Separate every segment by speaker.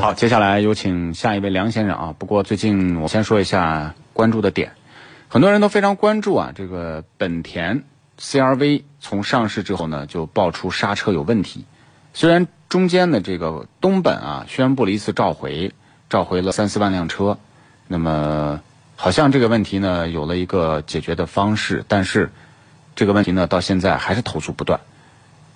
Speaker 1: 好，接下来有请下一位梁先生啊。不过最近我先说一下关注的点，很多人都非常关注啊，这个本田 CR-V 从上市之后呢，就爆出刹车有问题。虽然中间的这个东本啊宣布了一次召回，召回了三四万辆车，那么好像这个问题呢有了一个解决的方式，但是这个问题呢到现在还是投诉不断。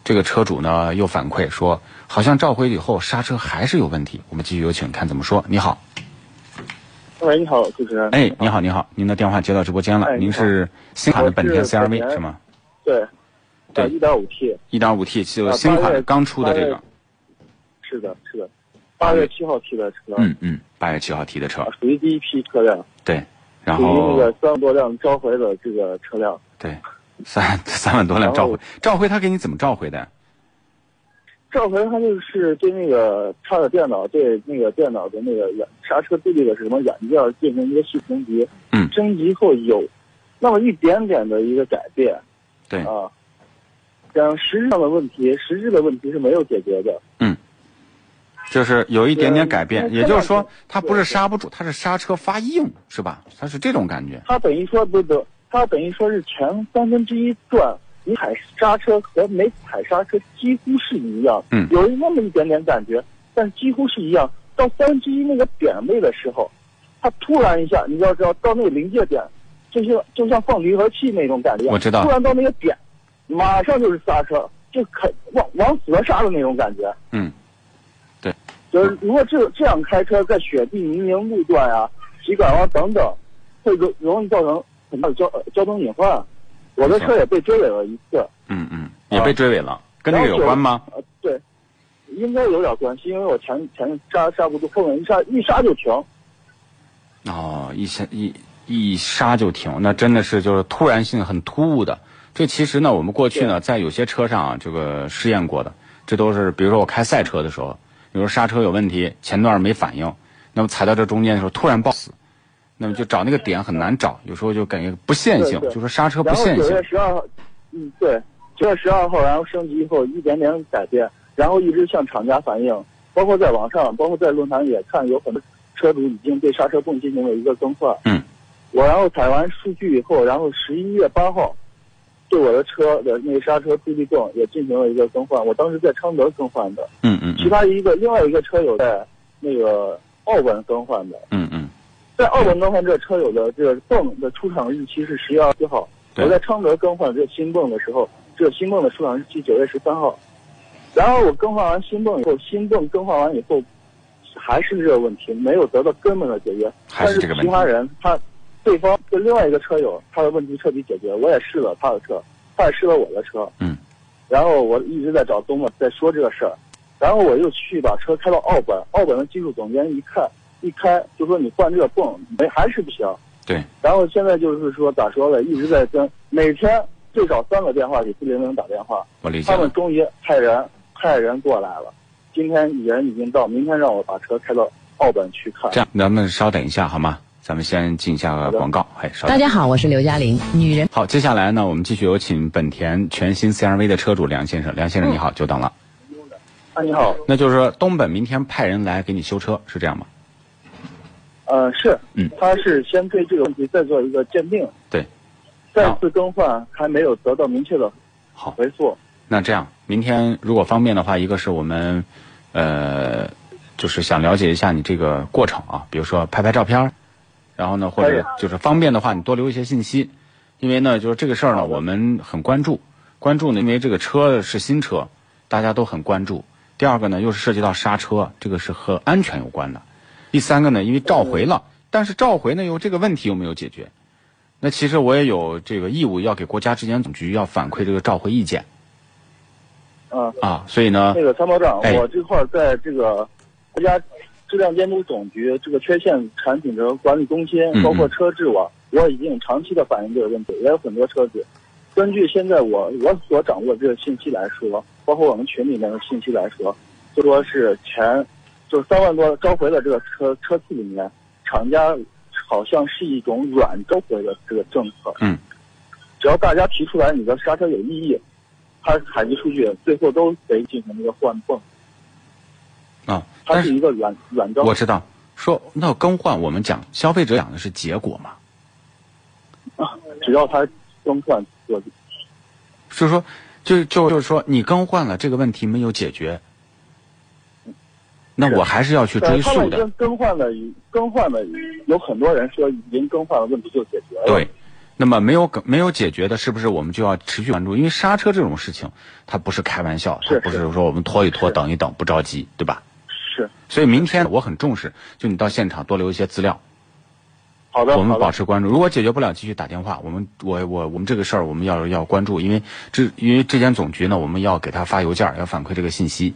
Speaker 1: 这个车主呢又反馈说，好像召回以后刹车还是有问题。我们继续有请看怎么说。你好，
Speaker 2: 喂，你好，主持人。啊
Speaker 1: 哎，你好，你好，您的电话接到直播间了。
Speaker 2: 哎
Speaker 1: 您是新款的本田
Speaker 2: 我是本
Speaker 1: CR-V
Speaker 2: 田
Speaker 1: 是吗？
Speaker 2: 对，
Speaker 1: 对
Speaker 2: 呃，一点五 T，
Speaker 1: 1.5T 就
Speaker 2: 啊
Speaker 1: 是新
Speaker 2: 八
Speaker 1: 款
Speaker 2: 月
Speaker 1: 刚出的这个，
Speaker 2: 是的，是的，
Speaker 1: 八
Speaker 2: 八
Speaker 1: 月
Speaker 2: 月七号提的车，
Speaker 1: 嗯嗯，八月七号提的车
Speaker 2: 啊，，属于第一批车辆，
Speaker 1: 对，然
Speaker 2: 属于那
Speaker 1: 后
Speaker 2: 个三万多辆召回的这个车辆，
Speaker 1: 对，三三万多辆召回
Speaker 2: 然，
Speaker 1: 召回他给你怎么召回的？
Speaker 2: 召回它就是对那个插的电脑，对那个电脑的那个软刹车对这个什么软件进行一个系统升级，
Speaker 1: 嗯
Speaker 2: 升级后有那么一点点的一个改变
Speaker 1: 对，
Speaker 2: 啊，但实质上的问题，实质的问题是没有解决的，
Speaker 1: 就是有一点点改变，
Speaker 2: 嗯
Speaker 1: 也就是说它不是
Speaker 2: 对
Speaker 1: 刹不住，它是刹车发硬是吧？它是这种感觉。
Speaker 2: 它等于说不得，它等于说是前三分之一段你踩刹车和没踩刹车几乎是一样，
Speaker 1: 嗯
Speaker 2: 有那么一点点感觉，但几乎是一样。到三分之一那个点位的时候，它突然一下，你要知道到那个临界点，就像就像放离合器那种感觉，
Speaker 1: 我知道
Speaker 2: 突然到那个点，马上就是刹车，就肯往往死了刹的那种感觉。
Speaker 1: 嗯，
Speaker 2: 就是如果这这样开车在雪地泥泞路段啊、急拐弯等等，会容容易造成很大的交呃交通隐患。我的车也被追尾了一次，
Speaker 1: 嗯嗯，也
Speaker 2: 啊
Speaker 1: 被追尾了，跟这个有关吗？
Speaker 2: 呃，对，应该有点关系，因为我前前刹刹不住，后面一刹一刹就停，
Speaker 1: 哦，一下一一刹就停，那真的是就是突然性很突兀的。这其实呢，我们过去呢，在有些车上啊，这个试验过的，这都是比如说我开赛车的时候，有时候刹车有问题，前段没反应，那么踩到这中间的时候突然抱死，那么就找那个点很难找，有时候就感觉不线性，
Speaker 2: 对对
Speaker 1: 就说刹车不
Speaker 2: 然后
Speaker 1: 线
Speaker 2: 九
Speaker 1: 性
Speaker 2: 月。十二号，嗯，对，九月十二号，然后升级以后一点点改变，然后一直向厂家反映，包括在网上，包括在论坛也看有很多车主已经对刹车泵进行了一个更换。
Speaker 1: 嗯，
Speaker 2: 我然后采完数据以后，然后十一月八号，对我的车的那个刹车助力泵也进行了一个更换，我当时在昌德更换的，
Speaker 1: 嗯嗯
Speaker 2: 其
Speaker 1: 嗯
Speaker 2: 他一个另外一个车友在那个澳门更换的。
Speaker 1: 嗯嗯，
Speaker 2: 在澳门更换这车友的这个泵的出厂日期是十月二十四号，
Speaker 1: 对
Speaker 2: 我在昌德更换这新泵的时候，这新泵的出厂日期九月十三号，然后我更换完新泵以后，新泵更换完以后，还是这个问题没有得到根本的解决，
Speaker 1: 还是这个问题
Speaker 2: 但其他人他对方就另外一个车友他的问题彻底解决，我也试了他的车，他也试了我的车，
Speaker 1: 嗯，
Speaker 2: 然后我一直在找东子在说这个事儿，然后我又去把车开到澳本，澳本的技术总监一看一开就说你换这个泵没还是不行，
Speaker 1: 对，
Speaker 2: 然后现在就是说咋说呢，一直在跟每天最少三个电话给四零零打电话，
Speaker 1: 我理解
Speaker 2: 他们
Speaker 1: 了。
Speaker 2: 终于派人派人过来了，今天人已经到，明天让我把车开到澳本去看
Speaker 1: 这。样，咱们稍等一下好吗？咱们先进一下广告，哎，稍等
Speaker 3: 大。家好，我是刘嘉玲，女人。
Speaker 1: 好，接下来呢，我们继续有请本田全新 CR-V 的车主梁先生。梁先生，你好，久等了。
Speaker 2: 啊，你好，
Speaker 1: 那就是说，东本明天派人来给你修车，是这样吗？
Speaker 2: 呃，是，
Speaker 1: 嗯
Speaker 2: 他是先对这个问题再做一个鉴定，
Speaker 1: 对，
Speaker 2: 再次更换还没有得到明确的
Speaker 1: 好，
Speaker 2: 回复。
Speaker 1: 那这样，明天如果方便的话，一个是我们，呃，就是想了解一下你这个过程啊，比如说拍拍照片儿，然后呢，或
Speaker 2: 可以
Speaker 1: 者就是方便的话，你多留一些信息，因为呢，就是这个事啊儿呢，我们很关注，关注呢，因为这个车是新车，大家都很关注。第二个呢，又是涉及到刹车，这个是和安全有关的。第三个呢，因为召回了，但是召回呢，有这个问题有没有解决？那其实我也有这个义务要给国家质检总局要反馈这个召回意见
Speaker 2: 嗯，
Speaker 1: 啊，所以呢
Speaker 2: 那，个参谋长，
Speaker 1: 哎
Speaker 2: 我这块儿在这个国家质量监督总局这个缺陷产品的管理中心
Speaker 1: 嗯，
Speaker 2: 包括车质网，我已经长期的反映这个问题，也有很多车主。根据现在我我所掌握这个信息来说，包括我们群里面的信息来说，就说是前就是三万多召回的这个车车次里面，厂家好像是一种软召回的这个政策。
Speaker 1: 嗯，
Speaker 2: 只要大家提出来你的刹车有异议，它采集数据最后都得进行一个换泵。
Speaker 1: 啊、
Speaker 2: 它
Speaker 1: 但
Speaker 2: 是
Speaker 1: 是
Speaker 2: 一个软软装。
Speaker 1: 我知道，说那更换我们讲消费者讲的是结果嘛，
Speaker 2: 只要它更换，我
Speaker 1: 就是说，就就就是说你更换了这个问题没有解决，那
Speaker 2: 是
Speaker 1: 我还是要去
Speaker 2: 呃
Speaker 1: 追
Speaker 2: 他们
Speaker 1: 溯
Speaker 2: 已
Speaker 1: 的
Speaker 2: 经。更换了，更换了，有很多人说已经更换了，问题就解决了。
Speaker 1: 对，那么没有梗没有解决的，是不是我们就要持续关注？因为刹车这种事情，它不是开玩笑，它
Speaker 2: 是
Speaker 1: 不
Speaker 2: 是
Speaker 1: 是说我们拖一拖、
Speaker 2: 是
Speaker 1: 等一等，不着急，对吧？
Speaker 2: 是
Speaker 1: 所以明天我很重视，就你到现场多留一些资料，
Speaker 2: 好的，
Speaker 1: 我们
Speaker 2: 好
Speaker 1: 保
Speaker 2: 的，
Speaker 1: 持关注。如果解决不了，继续打电话。我们我我我们这个事儿我们要要关注，因为这因为质检总局呢，我们要给他发邮件儿，要反馈这个信息。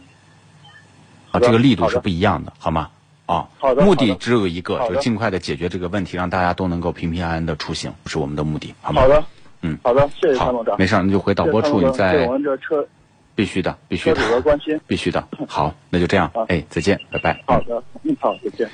Speaker 1: 啊，
Speaker 2: 好的
Speaker 1: 这个力度
Speaker 2: 好的
Speaker 1: 是不一样的，好吗？啊，
Speaker 2: 好的
Speaker 1: 目
Speaker 2: 好
Speaker 1: 的
Speaker 2: 的
Speaker 1: 只有一个，
Speaker 2: 好的
Speaker 1: 就是尽快的解决这个问题，让大家都能够平平安安的出行，是我们的目的，好吗？
Speaker 2: 好的，
Speaker 1: 嗯
Speaker 2: 好的，谢谢
Speaker 1: 好
Speaker 2: 参谋长，
Speaker 1: 没事儿，那就回导播处，
Speaker 2: 谢
Speaker 1: 你
Speaker 2: 谢参谋长对
Speaker 1: 再
Speaker 2: 我们这车
Speaker 1: 必须的，必须
Speaker 2: 车主的
Speaker 1: 的，
Speaker 2: 关心。
Speaker 1: 必须的。好，那就这样
Speaker 2: 好，
Speaker 1: 哎，再见，拜拜。
Speaker 2: 好的，嗯，好，再见。